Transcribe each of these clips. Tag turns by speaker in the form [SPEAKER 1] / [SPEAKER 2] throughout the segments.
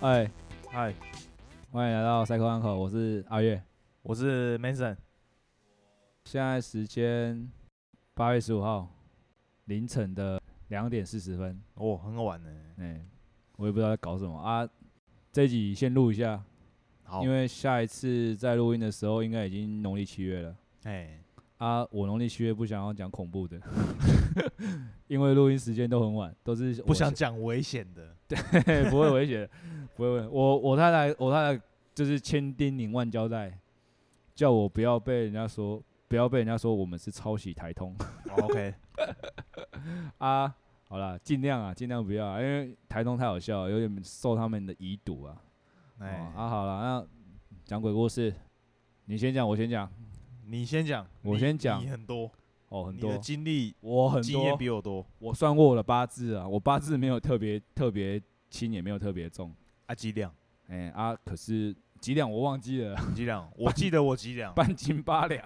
[SPEAKER 1] 哎，
[SPEAKER 2] 嗨，
[SPEAKER 1] 欢迎来到 Cycle Uncle，我是阿月。
[SPEAKER 2] 我是 Mason。
[SPEAKER 1] 现在时间八月十五号凌晨的两点四十分。
[SPEAKER 2] 哦，很好玩呢。
[SPEAKER 1] 哎、我也不知道在搞什么啊。这一集先录一下，
[SPEAKER 2] 好
[SPEAKER 1] 因为下一次在录音的时候，应该已经农历七月了。
[SPEAKER 2] 哎，
[SPEAKER 1] 啊，我农历七月不想要讲恐怖的， 因为录音时间都很晚，都是
[SPEAKER 2] 不
[SPEAKER 1] 我
[SPEAKER 2] 想讲危险的。
[SPEAKER 1] 嘿不会危险，不会危险。我我太太，我太太就是千叮咛万交代，叫我不要被人家说，不要被人家说我们是抄袭台 通
[SPEAKER 2] 哦 OK，
[SPEAKER 1] 啊。好啦，尽量啊，尽量不要、啊，因为台通太好笑了，有点受他们的遗毒啊。哦、
[SPEAKER 2] 哎，
[SPEAKER 1] 啊，好了，那讲鬼故事，你先讲，我先讲。
[SPEAKER 2] 你先讲，
[SPEAKER 1] 我
[SPEAKER 2] 你
[SPEAKER 1] 先讲
[SPEAKER 2] 你很多，
[SPEAKER 1] 哦，很
[SPEAKER 2] 你
[SPEAKER 1] 多
[SPEAKER 2] 的，经历
[SPEAKER 1] 我很
[SPEAKER 2] 经验
[SPEAKER 1] 多，
[SPEAKER 2] 比我多
[SPEAKER 1] 我算过我的八字啊，我八字没有特别特别轻，也没有特别重，
[SPEAKER 2] 啊，几两？
[SPEAKER 1] 哎、啊，可是几两我忘记了，
[SPEAKER 2] 几两？我记得我几两？
[SPEAKER 1] 半斤八两。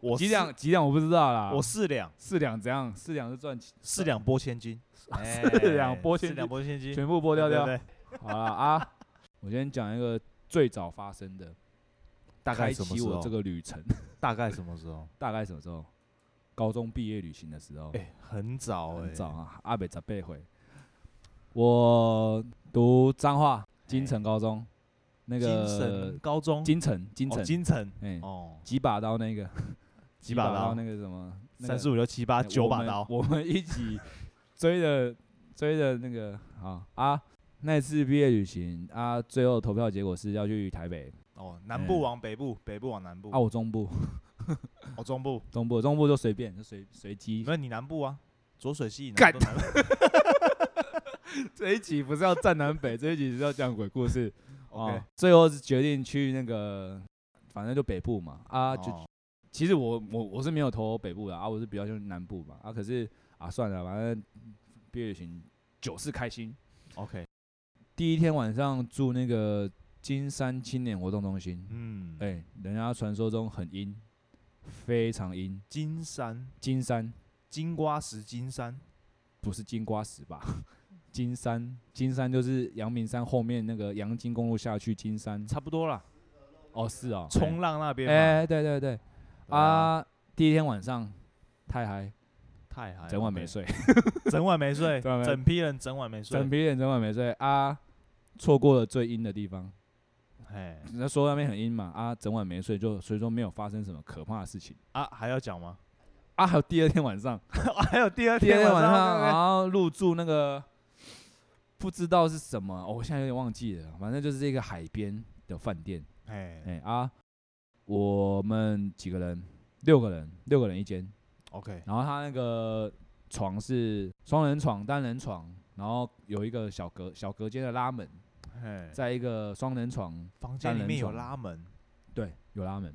[SPEAKER 2] 我
[SPEAKER 1] 几
[SPEAKER 2] 四？
[SPEAKER 1] 两几两我不知道啦，
[SPEAKER 2] 我四 两，
[SPEAKER 1] 四两怎样？四两是赚钱，
[SPEAKER 2] 四两拨千金。哎
[SPEAKER 1] 四两拨千
[SPEAKER 2] 四
[SPEAKER 1] 金
[SPEAKER 2] 两拨千金，
[SPEAKER 1] 全部剥掉
[SPEAKER 2] 对
[SPEAKER 1] 掉。
[SPEAKER 2] 对 对
[SPEAKER 1] 好了啊，我先讲一个最早发生的，
[SPEAKER 2] 大概
[SPEAKER 1] 开
[SPEAKER 2] 什么
[SPEAKER 1] 启
[SPEAKER 2] 时
[SPEAKER 1] 我
[SPEAKER 2] 候？
[SPEAKER 1] 这个旅程，
[SPEAKER 2] 大概什么时候？
[SPEAKER 1] 大概什么时候？高中毕业旅行的时候，
[SPEAKER 2] 哎，很早哎，
[SPEAKER 1] 很早啊，阿北十八回。我读彰化金城高中，那
[SPEAKER 2] 精
[SPEAKER 1] 个
[SPEAKER 2] 神高中，
[SPEAKER 1] 金城金
[SPEAKER 2] 哦
[SPEAKER 1] 城，
[SPEAKER 2] 金城
[SPEAKER 1] 哎，
[SPEAKER 2] 哦，
[SPEAKER 1] 几把刀那个，
[SPEAKER 2] 几把
[SPEAKER 1] 刀
[SPEAKER 2] 刀？
[SPEAKER 1] 那个什么，那个
[SPEAKER 2] 三十五六七八
[SPEAKER 1] 哎
[SPEAKER 2] 九
[SPEAKER 1] 我
[SPEAKER 2] 把
[SPEAKER 1] 们
[SPEAKER 2] 刀。
[SPEAKER 1] 我们一起追的追的那个啊啊，那次毕业旅行啊，最后投票结果是要去台北
[SPEAKER 2] 哦，南部
[SPEAKER 1] 哎
[SPEAKER 2] 往北部，北部往南部
[SPEAKER 1] 啊，，我中部
[SPEAKER 2] 哦，中部。
[SPEAKER 1] 中部中部就随便就随随机
[SPEAKER 2] 没，有你南部啊，浊水溪以
[SPEAKER 1] 干
[SPEAKER 2] 南哦都南 部。
[SPEAKER 1] 这一集不是要站南北，这一集是要讲鬼故事哦
[SPEAKER 2] OK，。
[SPEAKER 1] 最后是决定去那个，反正就北部嘛啊，就
[SPEAKER 2] 哦
[SPEAKER 1] 其实我我我是没有投北部的啊，我是比较喜欢南部嘛啊，可是啊算了，反正毕业旅行就是开心，
[SPEAKER 2] OK，
[SPEAKER 1] 第一天晚上住那个金山青年活动中心，
[SPEAKER 2] 嗯，
[SPEAKER 1] 哎、人家传说中很阴，非常阴。
[SPEAKER 2] 金山
[SPEAKER 1] 金山
[SPEAKER 2] 金瓜石金山，
[SPEAKER 1] 不是金瓜石吧？
[SPEAKER 2] 嗯
[SPEAKER 1] 金山，金山就是阳明山后面那个阳金公路下去金山。
[SPEAKER 2] 差不多啦，
[SPEAKER 1] 哦，是哦，
[SPEAKER 2] 冲浪那边嘛，
[SPEAKER 1] 哎、哎对对对，
[SPEAKER 2] 对啊，
[SPEAKER 1] 啊，第一天晚上太嗨，
[SPEAKER 2] 太嗨了，
[SPEAKER 1] 整晚没
[SPEAKER 2] 对，
[SPEAKER 1] 睡，
[SPEAKER 2] 整晚没 睡，
[SPEAKER 1] 整晚没
[SPEAKER 2] 整批人整晚没睡
[SPEAKER 1] 整，批人整晚没睡啊，错过了最阴的地方。
[SPEAKER 2] 哎，
[SPEAKER 1] 人家说那边很阴嘛，啊，整晚没睡就，所以说没有发生什么可怕的事情。
[SPEAKER 2] 啊，还要讲吗？
[SPEAKER 1] 啊，还有第二天晚上，
[SPEAKER 2] 还有第二
[SPEAKER 1] 啊第二天晚上，啊然
[SPEAKER 2] 上，
[SPEAKER 1] 后入住那个不知道是什么、哦我现在有点忘记了，反正就是这个海边的饭店。
[SPEAKER 2] 哎
[SPEAKER 1] 哎、啊，我们几个人，六个人，六个人一间。
[SPEAKER 2] ，OK，
[SPEAKER 1] 然后他那个床是双人床、单人床，然后有一个小隔小隔间的拉门，
[SPEAKER 2] 哎，
[SPEAKER 1] 在一个双人床，
[SPEAKER 2] 房
[SPEAKER 1] 单
[SPEAKER 2] 间里
[SPEAKER 1] 人
[SPEAKER 2] 面有
[SPEAKER 1] 床
[SPEAKER 2] 拉门，
[SPEAKER 1] 对，有拉门，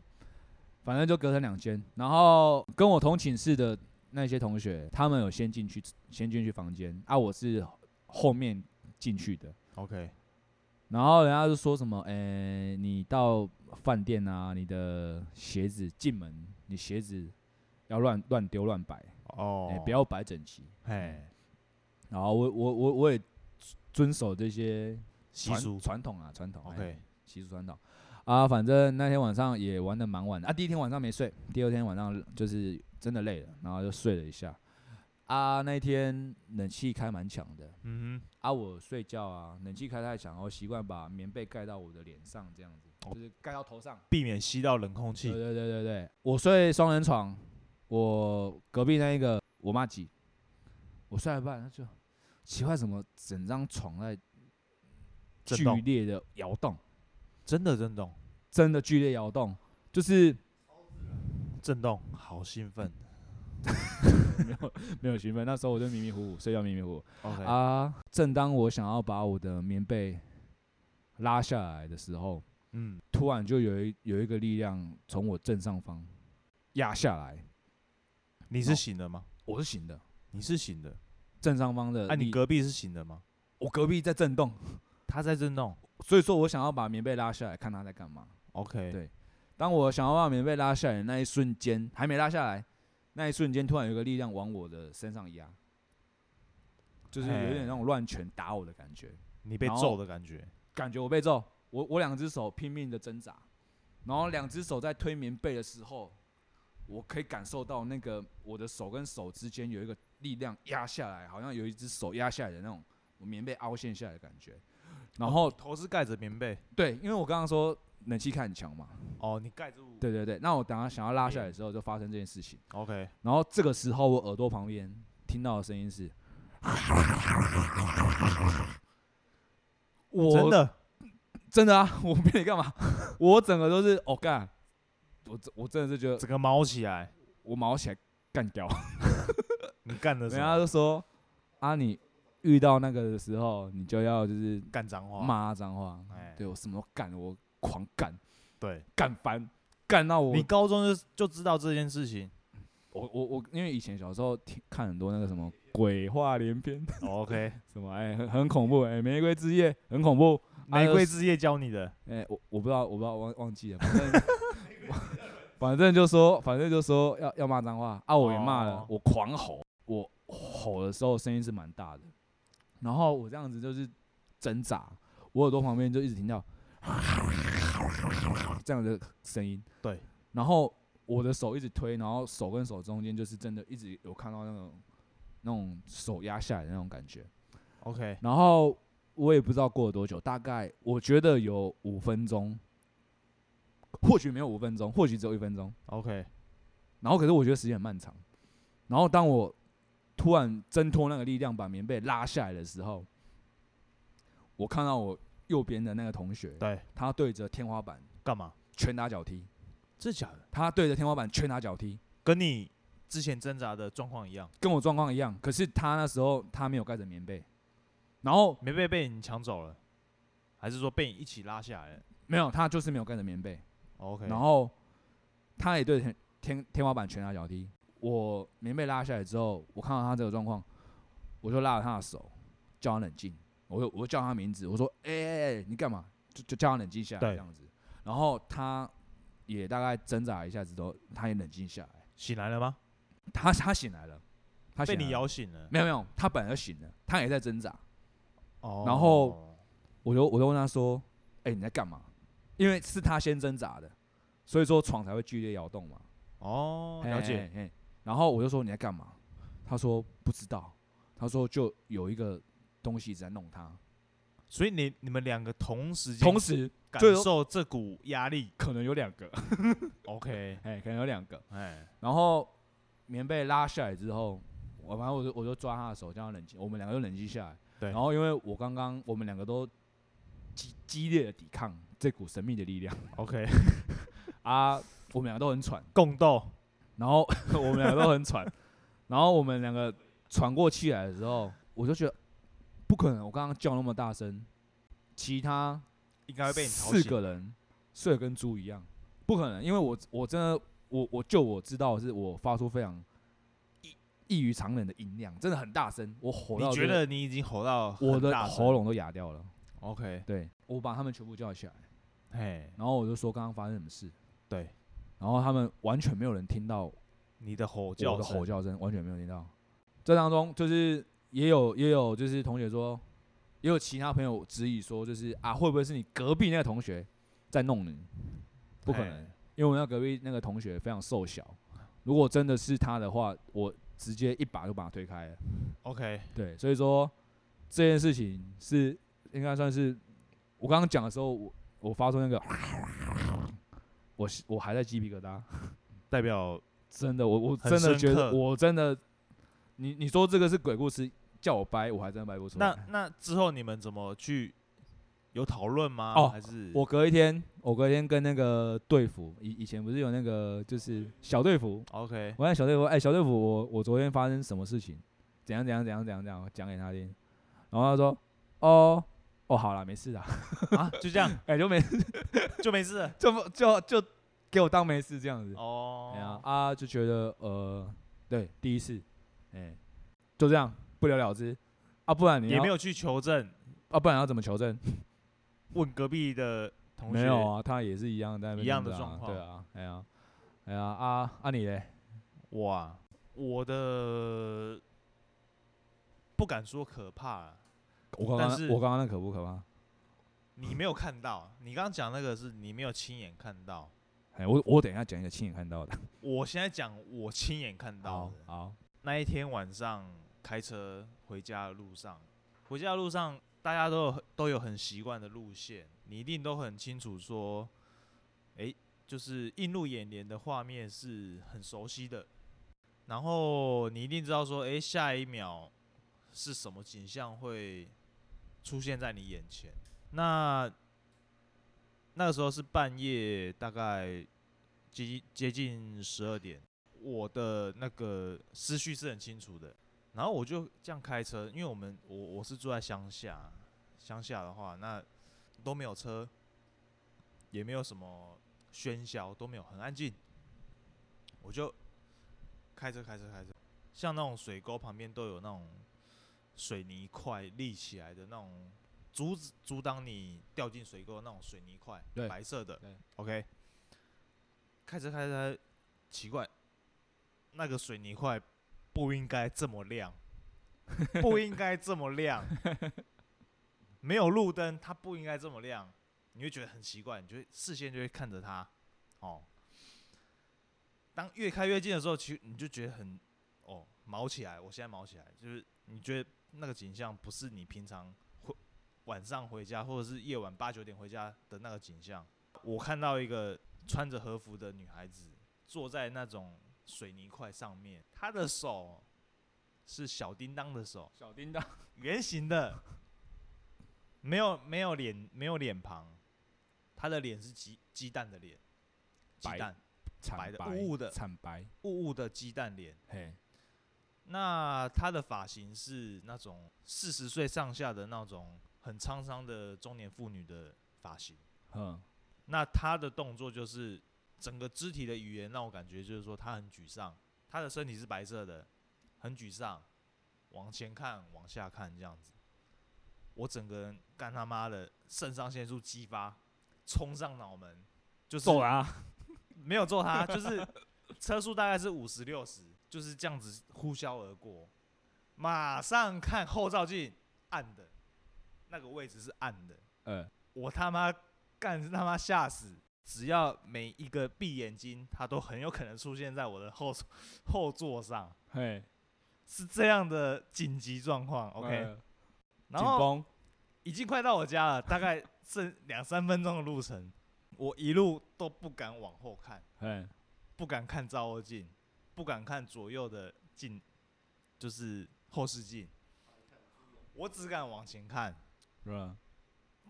[SPEAKER 1] 反正就隔成两间。然后跟我同寝室的那些同学，他们有先进去，先进去房间啊，我是后面进去的。
[SPEAKER 2] OK，
[SPEAKER 1] 然后人家就说什么，诶、你到饭店啊，你的鞋子进门，你鞋子要乱乱丢乱摆，诶、
[SPEAKER 2] 哦，
[SPEAKER 1] 不，要摆整齐。
[SPEAKER 2] 哎，
[SPEAKER 1] 然后我我我我也遵守这些
[SPEAKER 2] 习
[SPEAKER 1] 传
[SPEAKER 2] 俗
[SPEAKER 1] 传统啊，传统哎
[SPEAKER 2] ，OK，
[SPEAKER 1] 习俗传导啊，反正那天晚上也玩的蛮晚的啊。第一天晚上没睡，第二天晚上就是真的累了，然后就睡了一下啊。那一天冷气开蛮强的
[SPEAKER 2] 嗯
[SPEAKER 1] 啊，我睡觉啊，冷气开太强，我习惯把棉被盖到我的脸上，这样子
[SPEAKER 2] 哦
[SPEAKER 1] 就是盖到头上。
[SPEAKER 2] 哼，避免吸到冷空
[SPEAKER 1] 对
[SPEAKER 2] 气，
[SPEAKER 1] 对对对对，我睡双人床，我隔壁那一个我妈挤，我睡到一半，她就奇怪怎么整张床在
[SPEAKER 2] 震
[SPEAKER 1] 剧
[SPEAKER 2] 动
[SPEAKER 1] 烈的摇动，
[SPEAKER 2] 真的震动，
[SPEAKER 1] 真的剧烈摇动，就是。
[SPEAKER 2] 震动，好兴奋
[SPEAKER 1] 没有没有兴奋，那时候我就迷迷糊糊睡觉，迷迷糊糊
[SPEAKER 2] ，OK，
[SPEAKER 1] 啊。正当我想要把我的棉被拉下来的时候，
[SPEAKER 2] 嗯，
[SPEAKER 1] 突然就有一有一个力量从我正上方压下来，
[SPEAKER 2] 你
[SPEAKER 1] 哦
[SPEAKER 2] 是醒了吗？
[SPEAKER 1] 我是醒的，
[SPEAKER 2] 你是醒的，
[SPEAKER 1] 正上方的
[SPEAKER 2] 哎，
[SPEAKER 1] 力
[SPEAKER 2] 你隔壁是醒的吗？
[SPEAKER 1] 我隔壁在震动，
[SPEAKER 2] 他在震动
[SPEAKER 1] 所以说我想要把棉被拉下来，看他在干嘛。
[SPEAKER 2] ，OK，
[SPEAKER 1] 对当我想要把棉被拉下来的那一瞬间，还没拉下来，那一瞬间突然有一个力量往我的身上压，就是有
[SPEAKER 2] 嘿
[SPEAKER 1] 点那种乱拳打我的感觉，
[SPEAKER 2] 你被
[SPEAKER 1] 然后
[SPEAKER 2] 揍的感觉，
[SPEAKER 1] 感觉我被揍，我我两只手拼命的挣扎，然后两只手在推棉被的时候，我可以感受到那个我的手跟手之间有一个力量压下来，好像有一只手压下来的那种，我棉被凹陷下来的感觉。然后
[SPEAKER 2] 头是盖着棉被，
[SPEAKER 1] 对，因为我刚刚说冷气开很强嘛，
[SPEAKER 2] 哦，你盖住，
[SPEAKER 1] 对对对，那我等下想要拉下来的时候就发生这件事情。
[SPEAKER 2] ，OK，
[SPEAKER 1] 然后这个时候，我耳朵旁边听到的声音是， 我
[SPEAKER 2] 真的
[SPEAKER 1] 真的啊，我骗你干 嘛？我整个都是哦干，我真我真的是觉得
[SPEAKER 2] 整个毛起来，
[SPEAKER 1] 我毛起来干掉。
[SPEAKER 2] 你干的
[SPEAKER 1] 人
[SPEAKER 2] 什
[SPEAKER 1] 家
[SPEAKER 2] 么？
[SPEAKER 1] 就说啊，你遇到那个的时候，你就要就是
[SPEAKER 2] 干脏话，
[SPEAKER 1] 骂他脏话。
[SPEAKER 2] 哎，
[SPEAKER 1] 对我什么都干，我狂干，
[SPEAKER 2] 对，
[SPEAKER 1] 干翻，干到我
[SPEAKER 2] 你高中就就知道这件事情
[SPEAKER 1] 我我我，因为以前小时候听看很多那个什么鬼话连篇，
[SPEAKER 2] 哦，OK，
[SPEAKER 1] 什么哎、很很恐怖哎、玫瑰之夜很恐怖啊
[SPEAKER 2] 玫瑰之夜教你的，
[SPEAKER 1] 哎、我我不知道我不知道忘忘记了，反正 反正就说反正就说要要骂脏话啊，我也骂了，
[SPEAKER 2] 哦
[SPEAKER 1] 我狂吼，我吼的时候声音是蛮大的，然后我这样子就是挣扎，我耳朵旁边就一直听到这样的声音，
[SPEAKER 2] 对，
[SPEAKER 1] 然后我的手一直推，然后手跟手中间就是真的一直有看到那种那种手压下来的那种感觉，
[SPEAKER 2] ，OK，
[SPEAKER 1] 然后我也不知道过了多久，大概我觉得有五分钟，或许没有五分钟，或许只有一分钟。
[SPEAKER 2] OK，
[SPEAKER 1] 然后可是我觉得时间很漫长。然后当我突然挣脱那个力量，把棉被拉下来的时候，我看到我右边的那个同学，
[SPEAKER 2] 对，
[SPEAKER 1] 他对着天花板
[SPEAKER 2] 干嘛？
[SPEAKER 1] 拳打脚踢，
[SPEAKER 2] 这假的，
[SPEAKER 1] 他对着天花板拳打脚踢，
[SPEAKER 2] 跟你之前挣扎的状况一样，
[SPEAKER 1] 跟我状况一样。可是他那时候他没有盖着棉被，然后
[SPEAKER 2] 没被被你抢走了，还是说被你一起拉下来了
[SPEAKER 1] 没有，他就是没有盖着棉被。
[SPEAKER 2] ？OK，
[SPEAKER 1] 然后他也对天天天花板拳打脚踢。我棉被拉下来之后，我看到他这个状况，我就拉着他的手，叫他冷静。我就我就叫他名字，我说：“哎哎哎，你干嘛？”就就叫他冷静下来
[SPEAKER 2] 对
[SPEAKER 1] 这样子。然后他也大概挣扎一下子之后，他也冷静下来。
[SPEAKER 2] 醒来了吗？
[SPEAKER 1] 他他醒来了，他
[SPEAKER 2] 被
[SPEAKER 1] 醒来
[SPEAKER 2] 你
[SPEAKER 1] 了
[SPEAKER 2] 摇醒了，
[SPEAKER 1] 没有没有，他本来就醒了，他也在挣扎。
[SPEAKER 2] 哦
[SPEAKER 1] 然后我就我就问他说：“哎、你在干嘛？”因为是他先挣扎的，所以说床才会剧烈摇动嘛。
[SPEAKER 2] 哦，
[SPEAKER 1] 嘿
[SPEAKER 2] 了解，。
[SPEAKER 1] 嘿嘿哎然后我就说你在干嘛？他说不知道。他说就有一个东西一直在弄他，
[SPEAKER 2] 所以你你们两个同时间
[SPEAKER 1] 同时哦
[SPEAKER 2] 感
[SPEAKER 1] 就有
[SPEAKER 2] 受这股压力
[SPEAKER 1] 可能有两个，
[SPEAKER 2] ，OK，
[SPEAKER 1] 哎，可能有两个。
[SPEAKER 2] 哎，
[SPEAKER 1] 然后棉被拉下来之后，我反正我就我就抓他的手，叫他冷静，我们两个就冷静下来。
[SPEAKER 2] 对
[SPEAKER 1] 然后因为我刚刚我们两个都激激烈的抵抗这股神秘的力量
[SPEAKER 2] OK，
[SPEAKER 1] 啊，我们两个都很喘，
[SPEAKER 2] 共斗，
[SPEAKER 1] 然后 我们两个都很喘，然后我们两个喘过气来的时候，我就觉得不可能，我刚刚叫那么大声，其他
[SPEAKER 2] 应该会被你吵
[SPEAKER 1] 四
[SPEAKER 2] 醒。
[SPEAKER 1] 个人睡得跟猪一样，不可能，因为我我真的我我就我知道是我发出非常异异于常人的音量，真的很大声，我吼到
[SPEAKER 2] 你觉
[SPEAKER 1] 这个
[SPEAKER 2] 得你已经吼到
[SPEAKER 1] 我
[SPEAKER 2] 很
[SPEAKER 1] 的
[SPEAKER 2] 大声
[SPEAKER 1] 喉咙都哑掉了，
[SPEAKER 2] ？OK，
[SPEAKER 1] 对我把他们全部叫起来，
[SPEAKER 2] 嘿，
[SPEAKER 1] 然后我就说刚刚发生什么事，
[SPEAKER 2] 对，
[SPEAKER 1] 然后他们完全没有人听到
[SPEAKER 2] 你的吼
[SPEAKER 1] 我
[SPEAKER 2] 叫
[SPEAKER 1] 的
[SPEAKER 2] 声
[SPEAKER 1] 吼叫声完全没有听到。这当中就是也有也有就是同学说，也有其他朋友质疑说，就是啊会不会是你隔壁那个同学在弄你？不可能
[SPEAKER 2] 嘿，
[SPEAKER 1] 因为我们那隔壁那个同学非常瘦小，如果真的是他的话，我直接一把就把他推开了。
[SPEAKER 2] ，OK，
[SPEAKER 1] 对，所以说这件事情是应该算是我刚刚讲的时候，我我发出那个， 我是我还在鸡皮疙瘩。
[SPEAKER 2] 代表
[SPEAKER 1] 真的，我我真
[SPEAKER 2] 很
[SPEAKER 1] 的
[SPEAKER 2] 深
[SPEAKER 1] 觉得，
[SPEAKER 2] 刻
[SPEAKER 1] 我真的，你你说这个是鬼故事，叫我掰，我还真的掰不出来。
[SPEAKER 2] 那那之后你们怎么去有讨论吗？
[SPEAKER 1] 哦
[SPEAKER 2] 还是
[SPEAKER 1] 我隔一天，我隔一天跟那个队服，以以前不是有那个就是小队服，
[SPEAKER 2] OK
[SPEAKER 1] 我跟小队服，哎、小队服，我我昨天发生什么事情，怎样怎样怎样怎样怎样，讲给他听，然后他说，哦哦，好了，没事的，
[SPEAKER 2] 啊，就这样
[SPEAKER 1] 哎、就没事，
[SPEAKER 2] 就没 事了
[SPEAKER 1] 就不就就给我当没事这样子。哎呀
[SPEAKER 2] 哦。
[SPEAKER 1] 啊，就觉得呃，对，第一次，哎、就这样不了了之啊，不然你
[SPEAKER 2] 也
[SPEAKER 1] 要
[SPEAKER 2] 没有去求证，
[SPEAKER 1] 啊，不然要怎么求证？
[SPEAKER 2] 问隔壁的同学，
[SPEAKER 1] 没有啊，他也是一样在那边
[SPEAKER 2] 一样
[SPEAKER 1] 挣扎
[SPEAKER 2] 的状
[SPEAKER 1] 啊
[SPEAKER 2] 况
[SPEAKER 1] 对啊，哎呀，哎呀，啊啊你嘞？
[SPEAKER 2] 我啊，我的不敢说可怕啊，
[SPEAKER 1] 我刚
[SPEAKER 2] 但
[SPEAKER 1] 刚
[SPEAKER 2] 是
[SPEAKER 1] 我刚刚那可不可怕？
[SPEAKER 2] 你没有看到，你刚刚讲那个是你没有亲眼看到，
[SPEAKER 1] 哎，我我等一下讲一个亲眼看到的。
[SPEAKER 2] 我现在讲我亲眼看到
[SPEAKER 1] 好
[SPEAKER 2] 的。
[SPEAKER 1] 好，
[SPEAKER 2] 那一天晚上开车回家的路上，回家的路上大家都有都有很习惯的路线，你一定都很清楚说，诶，就是映入眼帘的画面是很熟悉的，然后你一定知道说，诶，下一秒是什么景象会出现在你眼前。那那个时候是半夜，大概接近接近十二点。我的那个思绪是很清楚的。然后我就这样开车，因为我们我我是住在乡下，乡下的话那都没有车，也没有什么喧嚣，都没有，很安静。我就开车开车开车，像那种水沟旁边都有那种水泥块立起来的那种阻止阻挡你掉进水沟的那种水泥块
[SPEAKER 1] 对，
[SPEAKER 2] 白色的
[SPEAKER 1] 对。
[SPEAKER 2] OK，开车开车，奇怪，那个水泥块不应该这么亮， 不应该这么亮，没有路灯，它不应该这么亮，你会觉得很奇怪，你就会视线就会看着它，哦。当越开越近的时候，其实你就觉得很哦毛起来，我现在毛起来，就是你觉得那个景象不是你平常回晚上回家或者是夜晚八九点回家的那个景象。我看到一个穿着和服的女孩子坐在那种水泥块上面，她的手是小叮当的手，
[SPEAKER 1] 小叮 当，
[SPEAKER 2] 圆形的，没有没有脸没有脸庞，她的脸是鸡鸡蛋的脸，鸡
[SPEAKER 1] 白
[SPEAKER 2] 蛋白
[SPEAKER 1] 惨
[SPEAKER 2] 的
[SPEAKER 1] 白，
[SPEAKER 2] 雾雾的
[SPEAKER 1] 惨白，
[SPEAKER 2] 雾雾的鸡蛋脸。
[SPEAKER 1] 嘿，
[SPEAKER 2] 那她的发型是那种四十岁上下的那种很沧桑的中年妇女的发型。
[SPEAKER 1] 嗯，
[SPEAKER 2] 那她的动作就是整个肢体的语言让我感觉就是说她很沮丧，她的身体是白色的，很沮丧，往前看，往下看这样子。我整个人干他妈的肾上腺素激发，冲上脑门，就是
[SPEAKER 1] 揍 啦！
[SPEAKER 2] 没有揍他，就是车速大概是五十六十，就是这样子呼啸而过。马上看后照镜，暗的，那个位置是暗的，
[SPEAKER 1] 呃，
[SPEAKER 2] 我他妈干他妈吓死！只要每一个闭眼睛，他都很有可能出现在我的后后座上，
[SPEAKER 1] 嘿
[SPEAKER 2] 是这样的紧急状况。OK，
[SPEAKER 1] 呃
[SPEAKER 2] 然
[SPEAKER 1] 紧
[SPEAKER 2] 后
[SPEAKER 1] 绷，
[SPEAKER 2] 已经快到我家了，大概剩两三分钟的路程，我一路都不敢往后看。
[SPEAKER 1] 嘿，
[SPEAKER 2] 不敢看照后镜，不敢看左右的镜，就是后视镜，我只敢往前看，
[SPEAKER 1] 是吧？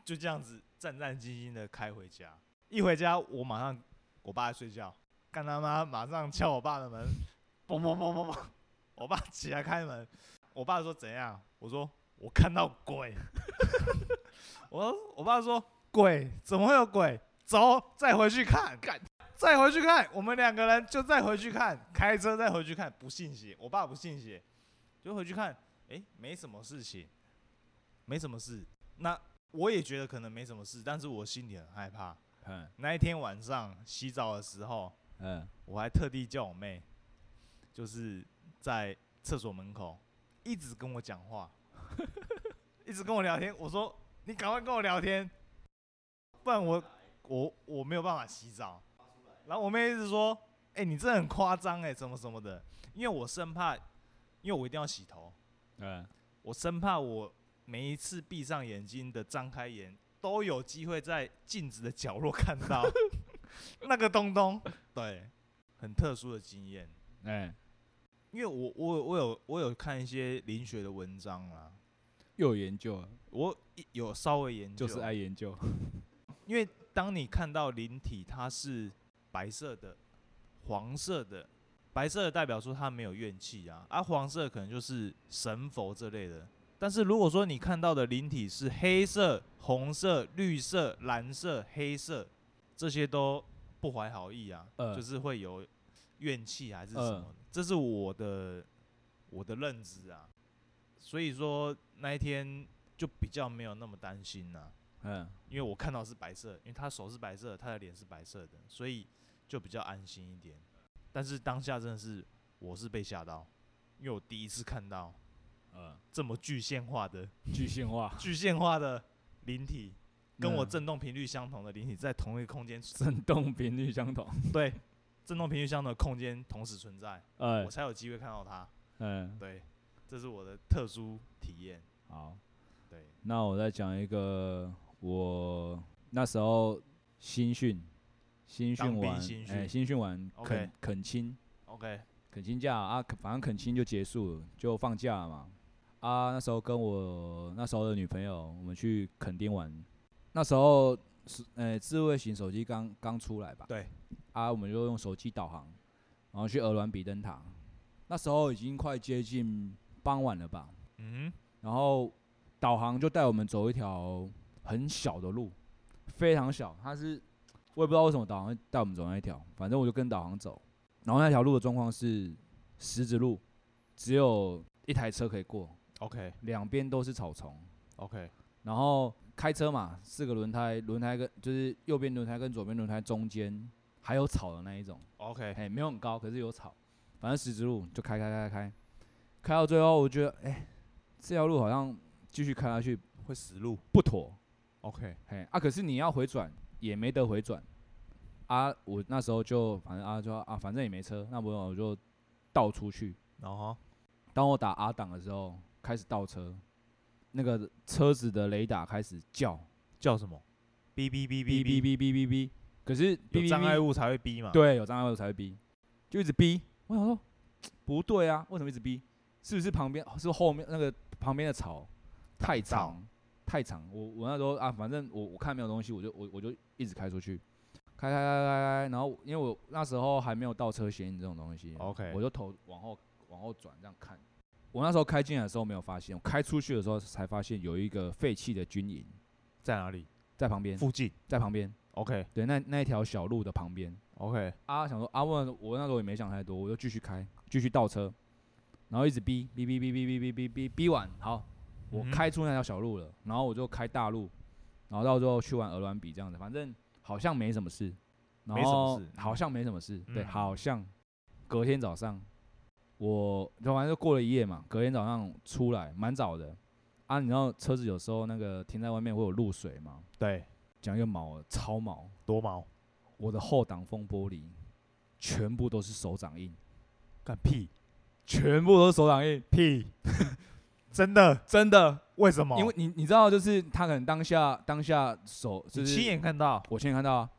[SPEAKER 2] 就这样子战战兢兢的开回家。一回家，我马上我爸在睡觉，干他妈马上敲我爸的门，嘣嘣嘣嘣嘣，我爸起来开门，我爸说怎样？我说我看到鬼， 我我爸说鬼怎么会有鬼？走，再回去看，
[SPEAKER 1] 干
[SPEAKER 2] 再回去看，我们两个人就再回去看，开车再回去看，不信邪，我爸不信邪，就回去看，诶，没什么事情，没什么事。那我也觉得可能没什么事，但是我心里很害怕。
[SPEAKER 1] 嗯
[SPEAKER 2] 那一天晚上洗澡的时候，
[SPEAKER 1] 嗯，
[SPEAKER 2] 我还特地叫我妹，就是在厕所门口一直跟我讲话， 一直跟我聊天。我说你赶快跟我聊天，不然我我我没有办法洗澡。然后我妹一直说：“哎、你这很夸张哎，什么什么的。”因为我生怕，因为我一定要洗头，
[SPEAKER 1] 嗯，
[SPEAKER 2] 我生怕我每一次闭上眼睛的张开眼，都有机会在镜子的角落 看到那个东东。对，很特殊的经验，
[SPEAKER 1] 哎，
[SPEAKER 2] 因为我我有我有我有看一些灵学的文章啦，
[SPEAKER 1] 又有研究了，
[SPEAKER 2] 我一有稍微研究，
[SPEAKER 1] 就是爱研究。
[SPEAKER 2] 因为当你看到灵体，它是白色的、黄色的，白色的代表说它没有怨气啊，而、黄色可能就是神佛这类的。但是如果说你看到的灵体是黑色、红色、绿色、蓝色、黑色，这些都不怀好意啊，
[SPEAKER 1] 呃
[SPEAKER 2] 就是会有怨气还是什
[SPEAKER 1] 呃
[SPEAKER 2] 么的，这是我的我的认知啊。所以说那一天就比较没有那么担心啦、
[SPEAKER 1] 嗯，
[SPEAKER 2] 因为我看到是白色，因为他手是白色的，他的脸是白色的，所以就比较安心一点。但是当下真的是我是被吓到，因为我第一次看到
[SPEAKER 1] 呃，
[SPEAKER 2] 这么具现化的、
[SPEAKER 1] 具象化
[SPEAKER 2] 具现化的灵体，跟我
[SPEAKER 1] 嗯
[SPEAKER 2] 振动频率相同的灵体在同一个空间，
[SPEAKER 1] 震动频率相同，
[SPEAKER 2] 对，振动频率相同的空间同时存在，
[SPEAKER 1] 呃
[SPEAKER 2] 我，才有机会看到它。
[SPEAKER 1] 嗯，
[SPEAKER 2] 对，这是我的特殊体验。
[SPEAKER 1] 好，
[SPEAKER 2] 对，
[SPEAKER 1] 那我再讲一个，我那时候新训，新
[SPEAKER 2] 当
[SPEAKER 1] 训
[SPEAKER 2] 兵
[SPEAKER 1] 完，
[SPEAKER 2] 新
[SPEAKER 1] 哎
[SPEAKER 2] 训
[SPEAKER 1] 新训完
[SPEAKER 2] OK
[SPEAKER 1] 恳恳亲，
[SPEAKER 2] OK，
[SPEAKER 1] 恳亲假啊，恳反正恳亲就结束了，就放假了嘛。啊，那时候跟我那时候的女朋友，我们去垦丁玩。那时候是呃智慧型手机刚刚出来吧？
[SPEAKER 2] 对。
[SPEAKER 1] 啊，我们就用手机导航，然后去鹅銮比灯塔。那时候已经快接近傍晚了吧？
[SPEAKER 2] 嗯
[SPEAKER 1] 然后导航就带我们走一条很小的路，非常小，它是我也不知道为什么导航会带我们走那一条，反正我就跟导航走。然后那条路的状况是石子路，只有一台车可以过，
[SPEAKER 2] ，OK
[SPEAKER 1] 两边都是草丛，
[SPEAKER 2] OK，
[SPEAKER 1] 然后开车嘛，四个轮胎，轮胎跟就是右边轮胎跟左边轮胎中间还有草的那一种。
[SPEAKER 2] OK，
[SPEAKER 1] 哎、没有很高，可是有草，反正十字路就开开开开，开到最后我觉得，哎、这条路好像继续开下去
[SPEAKER 2] 会死路。
[SPEAKER 1] 不妥，
[SPEAKER 2] OK，
[SPEAKER 1] 嘿、啊，可是你要回转也没得回转，啊，我那时候就反正啊就啊，反正也没车，那我我就倒出去，
[SPEAKER 2] 然后
[SPEAKER 1] 当我打 R 档的时候开始倒车，那个车子的雷达开始叫，
[SPEAKER 2] 叫什么？哔哔哔
[SPEAKER 1] 哔哔
[SPEAKER 2] 哔
[SPEAKER 1] 哔
[SPEAKER 2] 哔，
[SPEAKER 1] 哔哔哔，可是哔
[SPEAKER 2] 有
[SPEAKER 1] 哔
[SPEAKER 2] 障碍
[SPEAKER 1] 哔
[SPEAKER 2] 物才会哔嘛？，
[SPEAKER 1] 对，有障碍物才会逼，就一直逼。我想说，不对啊，为什么一直逼？是不是旁边是后面那个旁边的草太长太长？我我那时候啊，反正我我看没有东西，我就我我就一直开出去，开开开开开，然后因为我那时候还没有倒车显影这种东西
[SPEAKER 2] OK
[SPEAKER 1] 我就头往后往后转这样看。我那时候开进来的时候没有发现，我开出去的时候才发现有一个废弃的军营
[SPEAKER 2] 在哪里？
[SPEAKER 1] 在旁边，
[SPEAKER 2] 附近。
[SPEAKER 1] 在旁边，
[SPEAKER 2] OK
[SPEAKER 1] 对，那那一条小路的旁边。
[SPEAKER 2] OK，
[SPEAKER 1] 啊，想说啊，问我那时候也没想太多，我就继续开，继续倒车，然后一直逼逼逼逼逼逼逼逼逼逼完，好，我
[SPEAKER 2] 嗯哼
[SPEAKER 1] 开出那条小路了，然后我就开大路，然后到最后去玩鹅銮比这样子，反正好像没什么事，然
[SPEAKER 2] 没什么
[SPEAKER 1] 后
[SPEAKER 2] 事
[SPEAKER 1] 好像没什么事，对，
[SPEAKER 2] 嗯
[SPEAKER 1] 好像隔天早上我就反正就过了一夜嘛，隔天早上出来蛮早的，啊，你知道车子有时候那个停在外面会有露水嘛，
[SPEAKER 2] 对，
[SPEAKER 1] 讲一个毛了超毛，
[SPEAKER 2] 多毛，
[SPEAKER 1] 我的后挡风玻璃全部都是手掌印，
[SPEAKER 2] 干屁
[SPEAKER 1] 全部都是手掌印，
[SPEAKER 2] 屁， 真的？
[SPEAKER 1] 真的。
[SPEAKER 2] 为什么？
[SPEAKER 1] 因为你你知道，就是他可能当下当下手就
[SPEAKER 2] 你
[SPEAKER 1] 是
[SPEAKER 2] 亲眼看到，
[SPEAKER 1] 我亲眼看到啊，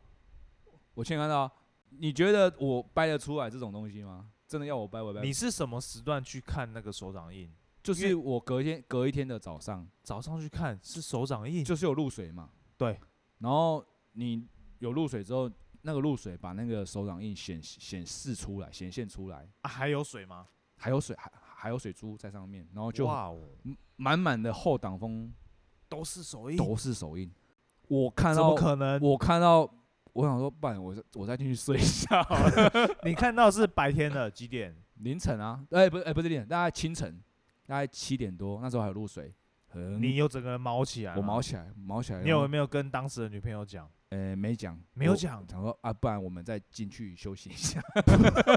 [SPEAKER 1] 我亲眼看到啊。你觉得我掰得出来这种东西吗？真的要我掰我掰不？
[SPEAKER 2] 你是什么时段去看那个手掌印？
[SPEAKER 1] 就
[SPEAKER 2] 因为
[SPEAKER 1] 是我隔一天隔一天的早上，
[SPEAKER 2] 早上去看是手掌印，
[SPEAKER 1] 就是有露水嘛。
[SPEAKER 2] 对。
[SPEAKER 1] 然后你有露水之后，那个露水把那个手掌印显显示出来，显现出来，
[SPEAKER 2] 啊还有水吗？
[SPEAKER 1] 还有水还还有水珠在上面，然后就
[SPEAKER 2] 哇哦，
[SPEAKER 1] 满满的后挡风
[SPEAKER 2] 都是手印，
[SPEAKER 1] 都是手印。我看
[SPEAKER 2] 怎
[SPEAKER 1] 到
[SPEAKER 2] 么，可能？
[SPEAKER 1] 我看到，我想说，不然我再我再进去睡一 下好了。
[SPEAKER 2] 你看到是白天的几点？
[SPEAKER 1] 凌晨啊，哎、不是哎、不是凌晨，大概清晨，大概七点多，那时候还有露水，很
[SPEAKER 2] 你有整个人毛起来？
[SPEAKER 1] 嗯我毛，起来，毛起来。
[SPEAKER 2] 你有没有跟当时的女朋友讲？
[SPEAKER 1] 然后？呃，没讲，
[SPEAKER 2] 没有
[SPEAKER 1] 我
[SPEAKER 2] 讲
[SPEAKER 1] 想说啊，不然我们再进去休息一 下，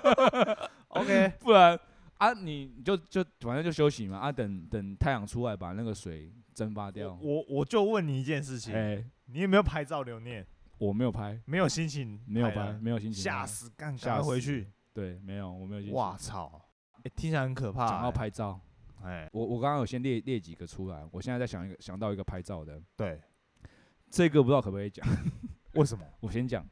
[SPEAKER 2] OK，
[SPEAKER 1] 不然啊，你你就就反正就休息嘛，啊，等等太阳出来把那个水蒸发
[SPEAKER 2] 我
[SPEAKER 1] 掉。
[SPEAKER 2] 我我就问你一件事
[SPEAKER 1] 哎、
[SPEAKER 2] 情，你有没有拍照留念？
[SPEAKER 1] 我没有拍，
[SPEAKER 2] 没有心情，
[SPEAKER 1] 没有拍，，没有心情拍。
[SPEAKER 2] 吓死，干
[SPEAKER 1] 吓
[SPEAKER 2] 吓
[SPEAKER 1] 死
[SPEAKER 2] 回去，
[SPEAKER 1] 对，没有，我没有心情。
[SPEAKER 2] 哇操！哎，听起来很可怕。
[SPEAKER 1] 讲到
[SPEAKER 2] 哎，
[SPEAKER 1] 拍照。
[SPEAKER 2] 哎，
[SPEAKER 1] 我我刚刚有先列列几个出来，我现在在想一个想到一个拍照的，
[SPEAKER 2] 对，
[SPEAKER 1] 这个不知道可不可以讲，
[SPEAKER 2] 为什么？
[SPEAKER 1] 我先讲。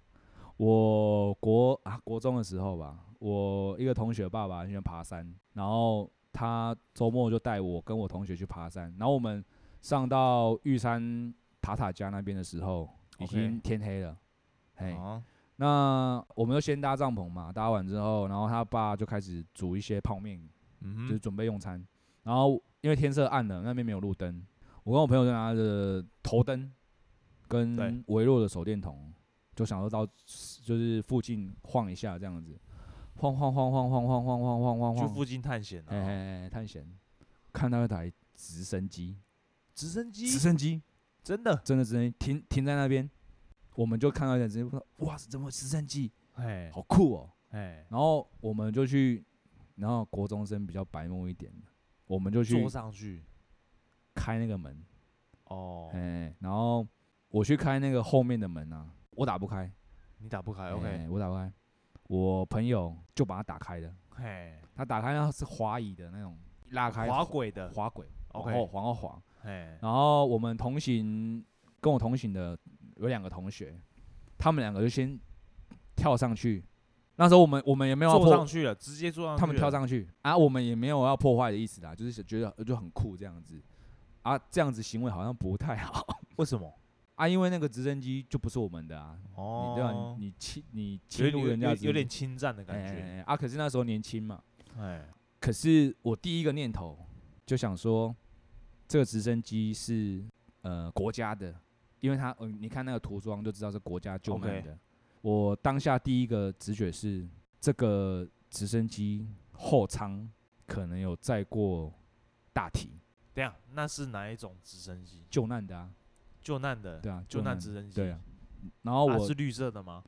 [SPEAKER 1] 我国啊国中的时候吧，我一个同学爸爸很喜欢爬山，然后他周末就带我跟我同学去爬山，然后我们上到玉山塔塔家那边的时候，已
[SPEAKER 2] OK
[SPEAKER 1] 经天黑了，嘿，
[SPEAKER 2] 啊，
[SPEAKER 1] 那我们就先搭帐篷嘛，搭完之后，然后他爸就开始煮一些泡面
[SPEAKER 2] 嗯
[SPEAKER 1] 就是
[SPEAKER 2] 哼，
[SPEAKER 1] 准备用餐。然后因为天色暗了，那边没有路灯，我跟我朋友就拿着头灯
[SPEAKER 2] 对
[SPEAKER 1] 跟微弱的手电筒，就想说到就是附近晃一下这样子，晃晃晃晃晃晃晃晃晃晃
[SPEAKER 2] 去
[SPEAKER 1] 晃，
[SPEAKER 2] 附近探险
[SPEAKER 1] 哎
[SPEAKER 2] 啊，
[SPEAKER 1] 哎哎，探险，看到一台直升机，
[SPEAKER 2] 直升机
[SPEAKER 1] 直升机
[SPEAKER 2] 真的，
[SPEAKER 1] 真的直升机停停在那边，我们就看到一架直升机，哇，怎么有直升机？
[SPEAKER 2] 哎
[SPEAKER 1] 好酷哦！
[SPEAKER 2] 哎，
[SPEAKER 1] 然后我们就去，然后国中生比较白目一点，我们就去
[SPEAKER 2] 坐上去
[SPEAKER 1] 开那个门，
[SPEAKER 2] 哦，
[SPEAKER 1] 哎，然后我去开那个后面的门啊，我打不开
[SPEAKER 2] 你打不开，OK，
[SPEAKER 1] 哎我打不开，我朋友就把它打开的，
[SPEAKER 2] 嘿，
[SPEAKER 1] 他打开那是滑椅的那种，拉开
[SPEAKER 2] 滑轨的
[SPEAKER 1] 滑轨，往
[SPEAKER 2] ，OK，
[SPEAKER 1] 后往后滑，
[SPEAKER 2] 嘿，
[SPEAKER 1] 然后我们同行跟我同行的有两个同学，他们两个就先跳上去。那时候我们我们也没有要
[SPEAKER 2] 坐上
[SPEAKER 1] 破，
[SPEAKER 2] 去了，直接坐上去了，
[SPEAKER 1] 他们跳上去啊，我们也没有要破坏的意思啦，就是觉得就很酷这样子啊，这样子行为好像不太好
[SPEAKER 2] 为什么？
[SPEAKER 1] 啊，因为那个直升机就不是我们的啊，
[SPEAKER 2] 哦，
[SPEAKER 1] 你对吧、你你侵你
[SPEAKER 2] 有
[SPEAKER 1] 侵
[SPEAKER 2] 点
[SPEAKER 1] 入人家
[SPEAKER 2] 有
[SPEAKER 1] 的直
[SPEAKER 2] 有点
[SPEAKER 1] 升机
[SPEAKER 2] 侵占的
[SPEAKER 1] 哎
[SPEAKER 2] 感觉，
[SPEAKER 1] 哎哎啊，可是那时候年轻嘛，
[SPEAKER 2] 哎，
[SPEAKER 1] 可是我第一个念头就想说，这个直升机是呃国家的，因为它呃你看那个涂装就知道是国家救难
[SPEAKER 2] OK
[SPEAKER 1] 的。我当下第一个直觉是，这个直升机后舱可能有载过大体
[SPEAKER 2] 等一下那是哪一种直升机？
[SPEAKER 1] 救难的啊，
[SPEAKER 2] 救难的，
[SPEAKER 1] 对啊，
[SPEAKER 2] 救
[SPEAKER 1] 难
[SPEAKER 2] 难直升机，
[SPEAKER 1] 对啊。然后
[SPEAKER 2] 啊，
[SPEAKER 1] 我
[SPEAKER 2] 是绿色的吗？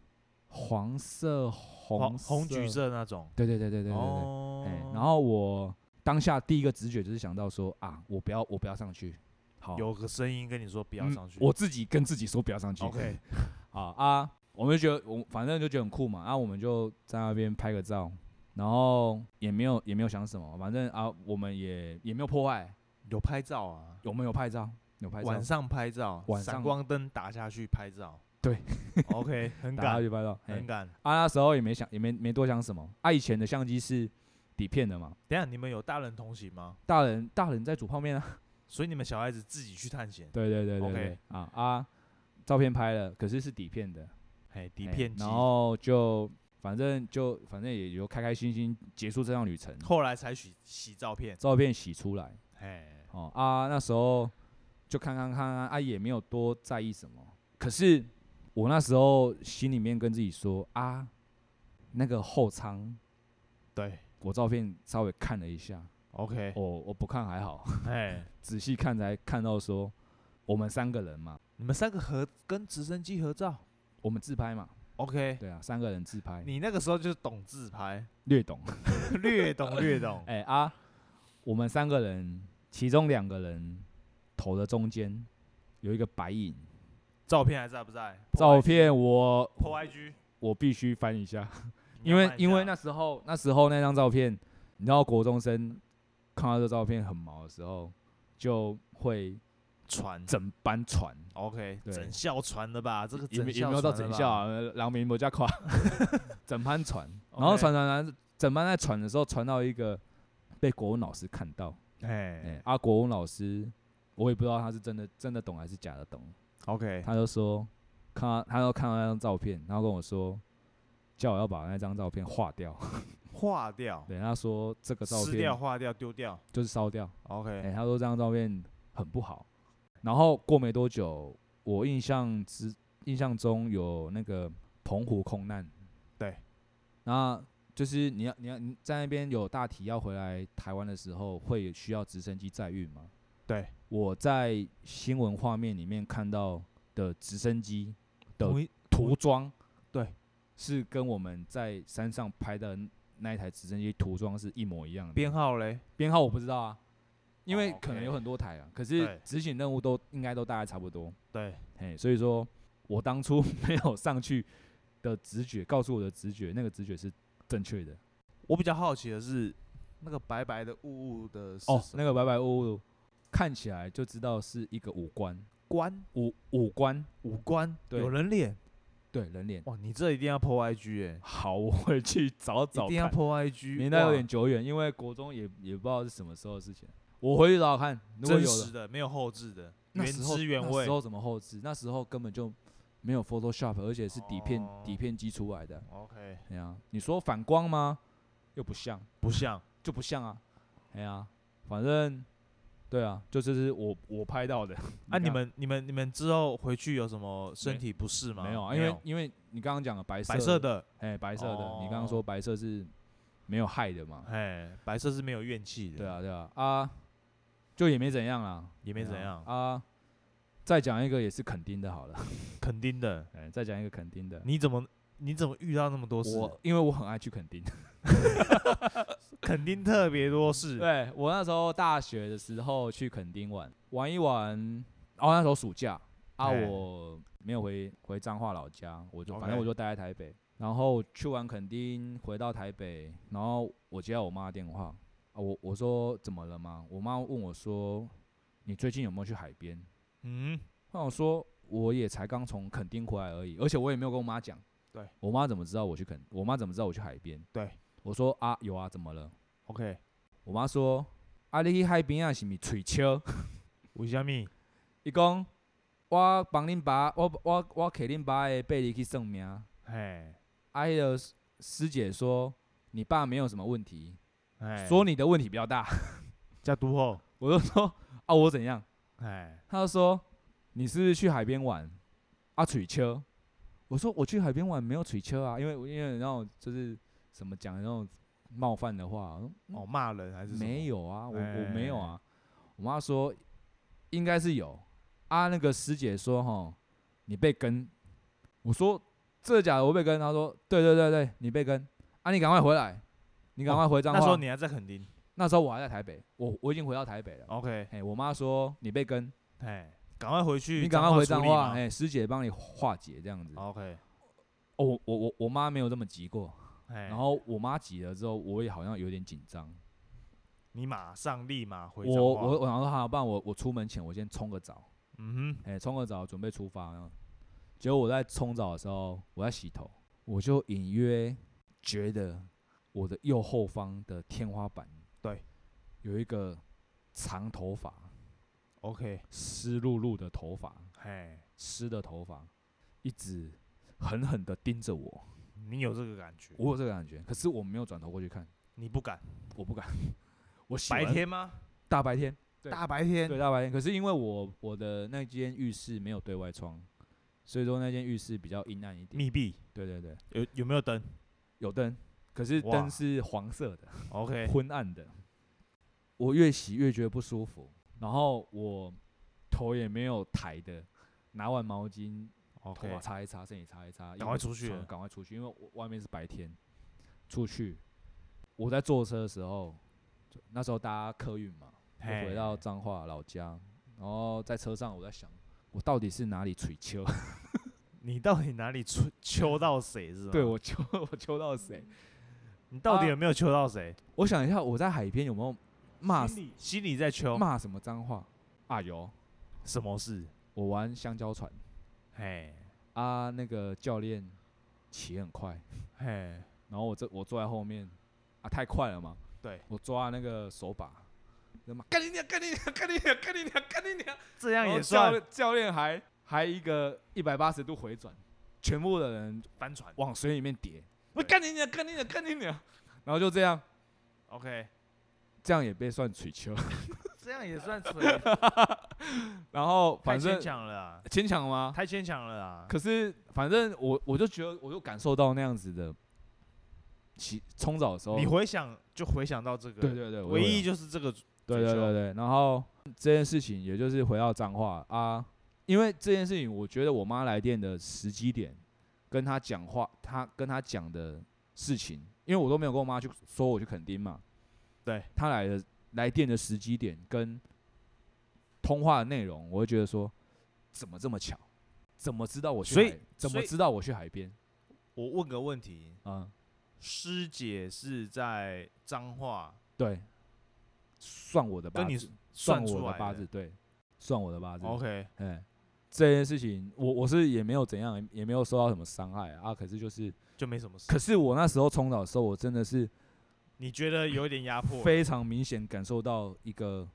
[SPEAKER 1] 黄色、红
[SPEAKER 2] 黄
[SPEAKER 1] 红
[SPEAKER 2] 红橘，色那种，
[SPEAKER 1] 对对对对对对对，
[SPEAKER 2] 哦
[SPEAKER 1] 哎，然后我当下第一个直觉就是想到说啊，我不要我不要上去，好，
[SPEAKER 2] 有个声音跟你说不要
[SPEAKER 1] 嗯
[SPEAKER 2] 上去，
[SPEAKER 1] 我自己跟自己说不要上去。
[SPEAKER 2] OK，
[SPEAKER 1] 好啊，我们就觉得我反正就觉得很酷嘛，啊，我们就在那边拍个照，然后也没有也没有想什么，反正啊，我们也也没有破坏，
[SPEAKER 2] 有拍照啊，
[SPEAKER 1] 有没有拍照？有拍照，
[SPEAKER 2] 晚上拍照，
[SPEAKER 1] 晚上
[SPEAKER 2] 闪光灯打下去拍照，
[SPEAKER 1] 对
[SPEAKER 2] ，OK，很
[SPEAKER 1] 打下
[SPEAKER 2] 敢，
[SPEAKER 1] 去拍照。哎
[SPEAKER 2] 很，敢。
[SPEAKER 1] 啊，那时候也没想也没没多想什么，啊，以前的相机是底片的嘛，
[SPEAKER 2] 等一下你们有大人同行吗？
[SPEAKER 1] 大人大人在煮泡面啊，
[SPEAKER 2] 所以你们小孩子自己去探险，
[SPEAKER 1] 对对对对
[SPEAKER 2] OK
[SPEAKER 1] 对，啊啊，照片拍了，可是是底片的，
[SPEAKER 2] 哎，底
[SPEAKER 1] 哎
[SPEAKER 2] 片机
[SPEAKER 1] 然，后就反正就反正也就开开心心结束这趟旅程，
[SPEAKER 2] 后来才洗洗照片，
[SPEAKER 1] 照片洗出来。
[SPEAKER 2] 哎，
[SPEAKER 1] 哦啊，那时候就看看看看啊，也没有多在意什么。可是我那时候心里面跟自己说啊，那个后舱，
[SPEAKER 2] 对
[SPEAKER 1] 我照片稍微看了一下，
[SPEAKER 2] ，OK，
[SPEAKER 1] 我、我不看还好，
[SPEAKER 2] 哎，
[SPEAKER 1] 仔细看才看到说我们三个人嘛，
[SPEAKER 2] 你们三个合跟直升机合照
[SPEAKER 1] 我们自拍嘛，
[SPEAKER 2] ，OK，
[SPEAKER 1] 对啊，三个人自拍，
[SPEAKER 2] 你那个时候就是懂 自拍，
[SPEAKER 1] 略懂。
[SPEAKER 2] 略懂略懂，
[SPEAKER 1] 哎、啊，我们三个人，其中两个人头的中间有一个白影，
[SPEAKER 2] 照片还在不在？
[SPEAKER 1] 照片我
[SPEAKER 2] 破 IG，
[SPEAKER 1] 我必须翻一下。
[SPEAKER 2] 你
[SPEAKER 1] 因
[SPEAKER 2] 要
[SPEAKER 1] 为
[SPEAKER 2] 看一
[SPEAKER 1] 因为
[SPEAKER 2] 下
[SPEAKER 1] 那时候那时候那张照片，你知道国中生看到这照片很毛的时候，就会
[SPEAKER 2] 传
[SPEAKER 1] 整班传，
[SPEAKER 2] OK，
[SPEAKER 1] 对
[SPEAKER 2] 整校传的吧？这个
[SPEAKER 1] 也
[SPEAKER 2] 整
[SPEAKER 1] 没也
[SPEAKER 2] 校
[SPEAKER 1] 没有到
[SPEAKER 2] 传
[SPEAKER 1] 整
[SPEAKER 2] 的
[SPEAKER 1] 校
[SPEAKER 2] 吧
[SPEAKER 1] 啊，狼民不加夸， 整班 传，然后传传传，整班在传的时候传到一个被国文老师看到，哎、
[SPEAKER 2] 哎
[SPEAKER 1] 啊，国文老师我也不知道他是真的真的懂还是假的懂，
[SPEAKER 2] ，OK，
[SPEAKER 1] 他就说看到他就看到那张照片，然后跟我说。叫我要把那张照片划掉，
[SPEAKER 2] 化掉、
[SPEAKER 1] 对他说这个照
[SPEAKER 2] 撕
[SPEAKER 1] 片
[SPEAKER 2] 掉、化掉、丢掉
[SPEAKER 1] 就是烧掉，哎、
[SPEAKER 2] ，OK，
[SPEAKER 1] 他说这张照片很不好。然后过没多久，我印象之印象中有那个澎湖空难，
[SPEAKER 2] 对，
[SPEAKER 1] 那就是你要你要你在那边有大体要回来台湾的时候，会有需要直升机载运吗？
[SPEAKER 2] 对，
[SPEAKER 1] 我在新闻画面里面看到的直升机的
[SPEAKER 2] 同一
[SPEAKER 1] 涂装，
[SPEAKER 2] 对，
[SPEAKER 1] 是跟我们在山上拍的那一台直升机涂装是一模一样的。
[SPEAKER 2] 编号嘞，
[SPEAKER 1] 编号我不知道啊，因为
[SPEAKER 2] 哦
[SPEAKER 1] 可能
[SPEAKER 2] OK
[SPEAKER 1] 有很多台啊，可
[SPEAKER 2] 对
[SPEAKER 1] 是执行任务都应该都大概差不多。
[SPEAKER 2] 对，
[SPEAKER 1] 嘿，所以说我当初没有上去的直觉，告诉我的直觉，那个直觉是正确的。
[SPEAKER 2] 我比较好奇的是那个白白的雾雾的是
[SPEAKER 1] 哦，
[SPEAKER 2] 什
[SPEAKER 1] 那
[SPEAKER 2] 么
[SPEAKER 1] 个白白雾雾看起来就知道是一个五官
[SPEAKER 2] 官
[SPEAKER 1] 五五官，
[SPEAKER 2] 五官
[SPEAKER 1] 对
[SPEAKER 2] 有人脸，
[SPEAKER 1] 对人脸。
[SPEAKER 2] 哇，你这一定要破 IG
[SPEAKER 1] 好，我会去找
[SPEAKER 2] 哎、
[SPEAKER 1] 找
[SPEAKER 2] 一定要
[SPEAKER 1] 看。
[SPEAKER 2] 破 IG，
[SPEAKER 1] 年代有
[SPEAKER 2] 哇
[SPEAKER 1] 点久远，因为国中也也不知道是什么时候的事情。我回去找找看，如果
[SPEAKER 2] 真
[SPEAKER 1] 有
[SPEAKER 2] 实
[SPEAKER 1] 的
[SPEAKER 2] 的，没有后置的，
[SPEAKER 1] 那
[SPEAKER 2] 原
[SPEAKER 1] 时候
[SPEAKER 2] 汁原
[SPEAKER 1] 那
[SPEAKER 2] 味
[SPEAKER 1] 时候怎么后置？那时候根本就没有 Photoshop，而且是底片、
[SPEAKER 2] 哦
[SPEAKER 1] 底片机出来的。
[SPEAKER 2] ，OK，
[SPEAKER 1] 哎呀、你说反光吗？又不像，
[SPEAKER 2] 不像，
[SPEAKER 1] 就不像啊。哎呀、反正对啊，就这是我我拍到的。
[SPEAKER 2] 啊，你
[SPEAKER 1] 看
[SPEAKER 2] 们你们你们之后回去有什么身
[SPEAKER 1] 没
[SPEAKER 2] 体不适吗？
[SPEAKER 1] 没有啊？因为因为你刚刚讲了白色
[SPEAKER 2] 白色，的，
[SPEAKER 1] 哎、白色的，你刚
[SPEAKER 2] 哦
[SPEAKER 1] 刚说白色是没有害的嘛？
[SPEAKER 2] 哎，白色是没有怨气的，
[SPEAKER 1] 啊对，啊，对啊，啊，就也没怎样啦，
[SPEAKER 2] 也没
[SPEAKER 1] 对
[SPEAKER 2] 怎
[SPEAKER 1] 啊
[SPEAKER 2] 样。
[SPEAKER 1] 啊。再讲一个也是垦丁的，好了，
[SPEAKER 2] 肯定的。
[SPEAKER 1] 哎，再讲一个垦丁的。
[SPEAKER 2] 你怎么你怎么遇到那么多事？
[SPEAKER 1] 我因为我很爱去垦丁，
[SPEAKER 2] 肯定特别多事。
[SPEAKER 1] 对我那时候大学的时候去垦丁玩，玩一玩，然后那时候暑假啊，
[SPEAKER 2] 哎
[SPEAKER 1] 我没有回回彰化老家，我就反
[SPEAKER 2] OK
[SPEAKER 1] 正我就待在台北，然后去完垦丁回到台北，然后我接到我妈的电话，啊，我我说怎么了吗？我妈问我说，你最近有没有去海边？
[SPEAKER 2] 嗯，
[SPEAKER 1] 那我说我也才刚从垦丁回来而已，而且我也没有跟我妈讲。
[SPEAKER 2] 对，
[SPEAKER 1] 我妈怎么知道我去垦？我妈怎么知道我去海边？
[SPEAKER 2] 对，
[SPEAKER 1] 我说啊有啊，怎么了？
[SPEAKER 2] OK，
[SPEAKER 1] 我妈说啊你去海边啊是咪吹笑？
[SPEAKER 2] 为什么？
[SPEAKER 1] 伊讲我帮恁爸，我我我摕恁爸的背里去算命。
[SPEAKER 2] 哎
[SPEAKER 1] 啊迄个师姐说你爸没有什么问题，
[SPEAKER 2] 哎，
[SPEAKER 1] 说你的问题比较大。
[SPEAKER 2] 加毒后，
[SPEAKER 1] 我就说啊我怎样？
[SPEAKER 2] 哎，
[SPEAKER 1] 她就说你是不是去海边玩啊吹球？我说我去海边玩没有吹球啊，因为因为那种就是怎么讲那种冒犯的话，我说
[SPEAKER 2] 哦，骂人还是什么
[SPEAKER 1] 没？有啊，我我没有
[SPEAKER 2] 哎
[SPEAKER 1] 啊。我妈说应该是有啊。那个师姐说哈，你被跟。我说这假的，我被跟。她说对对对对，你被跟啊，你赶快回来，你赶
[SPEAKER 2] 哦
[SPEAKER 1] 快回彰化。
[SPEAKER 2] 那时候你还在垦丁
[SPEAKER 1] 那时候我还在台北，我我已经回到台北了。
[SPEAKER 2] ，OK，
[SPEAKER 1] 哎，我妈说你被跟，
[SPEAKER 2] 哎，赶快回去，
[SPEAKER 1] 你赶快回彰
[SPEAKER 2] 彰
[SPEAKER 1] 化，
[SPEAKER 2] 化
[SPEAKER 1] 哎，师姐帮你化解这样子。哦，
[SPEAKER 2] ，OK，
[SPEAKER 1] 我我我我妈没有这么急过，
[SPEAKER 2] 哎，
[SPEAKER 1] 然后我妈急了之后，我也好像有点紧张。
[SPEAKER 2] 你马上立马回彰化
[SPEAKER 1] 我我，我想说好，不然我我出门前我先冲个澡。
[SPEAKER 2] 嗯哼，
[SPEAKER 1] 哎、冲个澡准备出发然后结果我在冲澡的时候，我在洗头，我就隐约觉得我的右后方的天花板
[SPEAKER 2] 对
[SPEAKER 1] 有一个长头发、
[SPEAKER 2] ，OK，
[SPEAKER 1] 湿漉漉的头发、
[SPEAKER 2] 哎，
[SPEAKER 1] 湿的头发，一直狠狠的盯着我。
[SPEAKER 2] 你有这个感觉，
[SPEAKER 1] 我有这个感觉，可是我没有转头过去看，
[SPEAKER 2] 你不敢，
[SPEAKER 1] 我不敢。我洗
[SPEAKER 2] 白
[SPEAKER 1] 完
[SPEAKER 2] 天吗？
[SPEAKER 1] 大白天，对
[SPEAKER 2] 大白天，
[SPEAKER 1] 对大白天。可是因为我我的那间浴室没有对外窗，所以说那间浴室比较阴暗一点。
[SPEAKER 2] 密闭，
[SPEAKER 1] 对对对。
[SPEAKER 2] 有有没有灯
[SPEAKER 1] 有灯，可是
[SPEAKER 2] 哇
[SPEAKER 1] 灯是黄色的，
[SPEAKER 2] ？OK，
[SPEAKER 1] 昏暗的。我越洗越觉得不舒服，然后我头也没有抬的，拿完毛巾，头啊
[SPEAKER 2] OK
[SPEAKER 1] 发擦一擦，身体擦一擦，
[SPEAKER 2] 赶快
[SPEAKER 1] 衣服
[SPEAKER 2] 出去
[SPEAKER 1] 穿
[SPEAKER 2] 了
[SPEAKER 1] 赶快出去，因为我外面是白天。出去，我在坐车的时候，就那时候搭客运嘛，
[SPEAKER 2] 嘿
[SPEAKER 1] 我回到彰化老家，然后在车上我在想，我到底是哪里吹球？
[SPEAKER 2] 你到底哪里 戳秋到谁是吧？
[SPEAKER 1] 对我秋我秋到谁？
[SPEAKER 2] 你到底
[SPEAKER 1] 啊
[SPEAKER 2] 有没有秋到谁？
[SPEAKER 1] 我想一下，我在海边有没有骂
[SPEAKER 2] 心里心里在秋
[SPEAKER 1] 骂什么脏话哦啊？有，
[SPEAKER 2] 什么事？
[SPEAKER 1] 我玩香蕉船
[SPEAKER 2] 嘿，
[SPEAKER 1] 啊，那个教练骑很快，
[SPEAKER 2] 嘿，
[SPEAKER 1] 然后我这我坐在后面啊，太快了嘛，
[SPEAKER 2] 对，
[SPEAKER 1] 我抓那个手把，他妈干你娘，干你娘，干你娘，干你娘，干你娘，
[SPEAKER 2] 这样
[SPEAKER 1] 然后
[SPEAKER 2] 也
[SPEAKER 1] 教
[SPEAKER 2] 算
[SPEAKER 1] 练教练还还一个一百八十度回转，全部的人
[SPEAKER 2] 翻船
[SPEAKER 1] 往水里面跌，我
[SPEAKER 2] 对
[SPEAKER 1] 干你娘，干你娘，干你娘，然后就这样，
[SPEAKER 2] ？OK，
[SPEAKER 1] 这样也被算取球，
[SPEAKER 2] 这样也算锤，
[SPEAKER 1] 然后
[SPEAKER 2] 太
[SPEAKER 1] 反
[SPEAKER 2] 牵
[SPEAKER 1] 正
[SPEAKER 2] 强了啊，
[SPEAKER 1] 牵强吗？
[SPEAKER 2] 太牵强了啊！
[SPEAKER 1] 可是反正我我就觉得，我就感受到那样子的洗冲澡的时候，
[SPEAKER 2] 你回想就回想到这个，
[SPEAKER 1] 对对对，我
[SPEAKER 2] 唯
[SPEAKER 1] 有
[SPEAKER 2] 一就是这个，
[SPEAKER 1] 对对对对。然后这件事情，也就是回到脏话啊，因为这件事情，我觉得我妈来电的时机点，跟她讲话，她跟她讲的事情，因为我都没有跟我妈去说我去垦丁嘛，
[SPEAKER 2] 对
[SPEAKER 1] 她来的来电的时机点跟通话的内容，我会觉得说，怎么这么巧？怎么知道我去
[SPEAKER 2] 所
[SPEAKER 1] 海？
[SPEAKER 2] 以
[SPEAKER 1] 怎
[SPEAKER 2] 所
[SPEAKER 1] 么
[SPEAKER 2] 以
[SPEAKER 1] 知道我去海边？
[SPEAKER 2] 我问个问题，
[SPEAKER 1] 啊、
[SPEAKER 2] 师姐是在彰化，
[SPEAKER 1] 对，算我的八
[SPEAKER 2] 跟你
[SPEAKER 1] 字，
[SPEAKER 2] 算出
[SPEAKER 1] 我
[SPEAKER 2] 来哦
[SPEAKER 1] 的八字，对，算我的八字。
[SPEAKER 2] OK，
[SPEAKER 1] 哎，这件事情我我是也没有怎样，也没有受到什么伤害啊。可是就是，
[SPEAKER 2] 就没什么事
[SPEAKER 1] 可。是我那时候冲澡的时候，我真的是
[SPEAKER 2] 你觉得有点压迫？
[SPEAKER 1] 非常明显感受到一个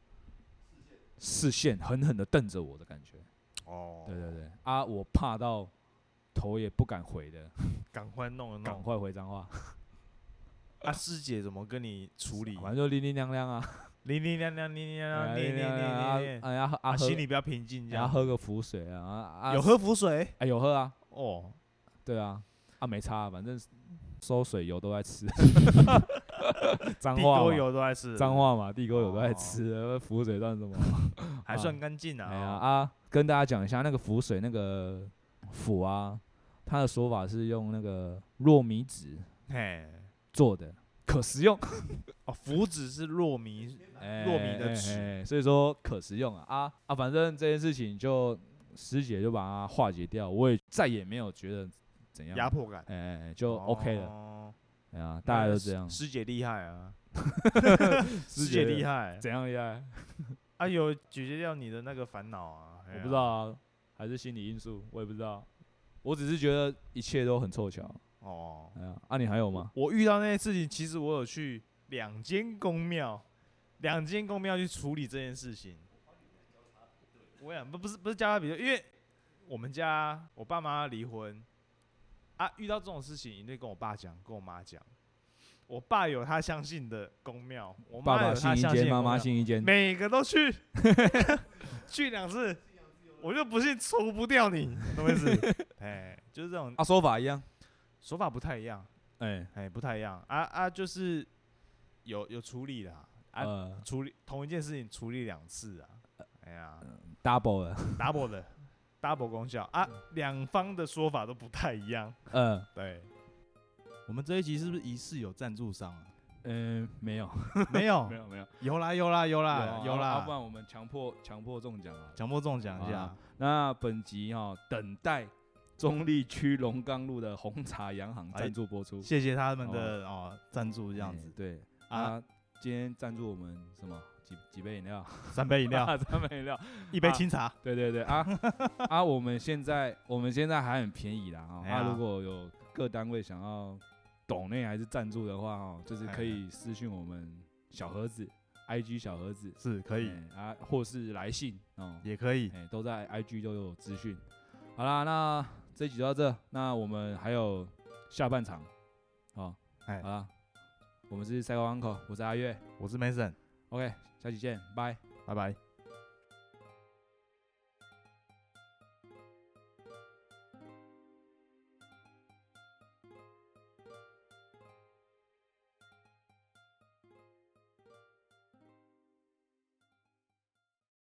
[SPEAKER 1] 视线狠狠的瞪着我的感觉。
[SPEAKER 2] 哦，
[SPEAKER 1] 对对，对，啊，我怕到头也不敢回的，
[SPEAKER 2] 赶快弄一
[SPEAKER 1] 赶
[SPEAKER 2] 弄。
[SPEAKER 1] 快回脏话，
[SPEAKER 2] 啊，师姐怎么跟你哎处理？
[SPEAKER 1] 反正就拎拎亮亮啊，
[SPEAKER 2] 零零两两零零两零零零
[SPEAKER 1] 啊
[SPEAKER 2] 零零，
[SPEAKER 1] 哎呀啊
[SPEAKER 2] 啊，
[SPEAKER 1] 喝
[SPEAKER 2] 心，里比较平静，这
[SPEAKER 1] 然
[SPEAKER 2] 样
[SPEAKER 1] 后喝个浮水啊啊，啊
[SPEAKER 2] 有喝浮水
[SPEAKER 1] 啊有喝啊，
[SPEAKER 2] 哦，
[SPEAKER 1] 对啊，啊没差啊、反正收水油都在 吃，脏
[SPEAKER 2] 地
[SPEAKER 1] 话
[SPEAKER 2] 沟
[SPEAKER 1] 嘛，
[SPEAKER 2] 油都在吃，
[SPEAKER 1] 脏话嘛，地沟油都在
[SPEAKER 2] 哦
[SPEAKER 1] 吃，呃浮水算什么？
[SPEAKER 2] 还算干净啊。
[SPEAKER 1] 哎呀啊，跟大家讲一下那个浮水那个釜啊，它的说法是用那个糯米纸
[SPEAKER 2] 嘿，
[SPEAKER 1] 做的，可食 用，
[SPEAKER 2] 哦，福子是糯米，
[SPEAKER 1] 糯
[SPEAKER 2] 米的纸
[SPEAKER 1] 哎所以说可食用啊啊啊，反正这件事情就师姐就把它化解掉，我也再也没有觉得怎样，
[SPEAKER 2] 压迫感
[SPEAKER 1] 哎、哎哎
[SPEAKER 2] 哦
[SPEAKER 1] 就 OK 了，
[SPEAKER 2] 了，
[SPEAKER 1] 哎呀、大家都这样，
[SPEAKER 2] 师姐厉害啊，
[SPEAKER 1] 师
[SPEAKER 2] 师
[SPEAKER 1] 姐
[SPEAKER 2] 姐厉害
[SPEAKER 1] 怎样厉害？
[SPEAKER 2] 啊，有解决掉你的那个烦恼啊。哎
[SPEAKER 1] 我
[SPEAKER 2] 呀
[SPEAKER 1] 不知道啊，还是心理因素，我也不知道，我只是觉得一切都很凑巧，
[SPEAKER 2] 哦，
[SPEAKER 1] 哎呀，啊你还有吗？
[SPEAKER 2] 我遇到那些事情，其实我有去两间公庙，两间公庙去处理这件事情。我想不不是不是教他比较，因为我们家我爸妈离婚啊，遇到这种事情一定会跟我爸讲，跟我妈讲。我爸有他相信的公庙，我
[SPEAKER 1] 爸
[SPEAKER 2] 妈
[SPEAKER 1] 爸
[SPEAKER 2] 有
[SPEAKER 1] 信
[SPEAKER 2] 他
[SPEAKER 1] 一
[SPEAKER 2] 相信
[SPEAKER 1] 间，
[SPEAKER 2] 的
[SPEAKER 1] 妈
[SPEAKER 2] 公
[SPEAKER 1] 妈
[SPEAKER 2] 庙，
[SPEAKER 1] 信一间，
[SPEAKER 2] 每个都去， 去两次，我就不信除不掉你，懂 我意思？哎，就是这种
[SPEAKER 1] 啊说法一样，
[SPEAKER 2] 手法不太一样。
[SPEAKER 1] 哎、
[SPEAKER 2] 哎，不太一样啊啊，就是有有处理啦，啊，
[SPEAKER 1] 呃
[SPEAKER 2] 处理同一件事情处理两次啊，哎呀
[SPEAKER 1] ，double 了，
[SPEAKER 2] ，double 的 double 功效啊，两方的说法都不太一样。
[SPEAKER 1] 呃
[SPEAKER 2] 对，我们这一集是不是疑似有赞助商啊？
[SPEAKER 1] 嗯、没有
[SPEAKER 2] 没有
[SPEAKER 1] 没，有没有
[SPEAKER 2] 有啦有啦有啦
[SPEAKER 1] 啊
[SPEAKER 2] 有
[SPEAKER 1] 啊
[SPEAKER 2] 啦
[SPEAKER 1] 不，然我们强迫强迫中奖啊。
[SPEAKER 2] 蒋波中讲一下
[SPEAKER 1] 啊，那本集哈、等待中立区龙岗路的红茶洋行
[SPEAKER 2] 哎
[SPEAKER 1] 赞助播出，
[SPEAKER 2] 谢谢他们的哦赞助这样
[SPEAKER 1] 哎
[SPEAKER 2] 子
[SPEAKER 1] 对
[SPEAKER 2] 啊，
[SPEAKER 1] 啊，今天赞助我们什么几几杯饮料？
[SPEAKER 2] 三杯饮料，
[SPEAKER 1] 三杯饮料，
[SPEAKER 2] 一杯
[SPEAKER 1] 啊
[SPEAKER 2] 清茶，
[SPEAKER 1] 对对对啊 啊！我们现在我们现在还很便宜啦啊！
[SPEAKER 2] 哎
[SPEAKER 1] 啊，
[SPEAKER 2] 呀
[SPEAKER 1] 如果有各单位想要抖内还是赞助的话哦，就是可
[SPEAKER 2] 哎
[SPEAKER 1] 以私信我们小盒子，IG 小盒子
[SPEAKER 2] 是可以，
[SPEAKER 1] 哎啊，或是来信哦，
[SPEAKER 2] 也可以，
[SPEAKER 1] 哎，都在 IG 都有资讯。好啦，那这一集就到这，那我们还有下半场，哦，
[SPEAKER 2] 哎
[SPEAKER 1] 好啦，我们是赛高 uncle，我是阿月
[SPEAKER 2] 我是 Mason，
[SPEAKER 1] ，OK，下期见，拜。
[SPEAKER 2] 拜拜。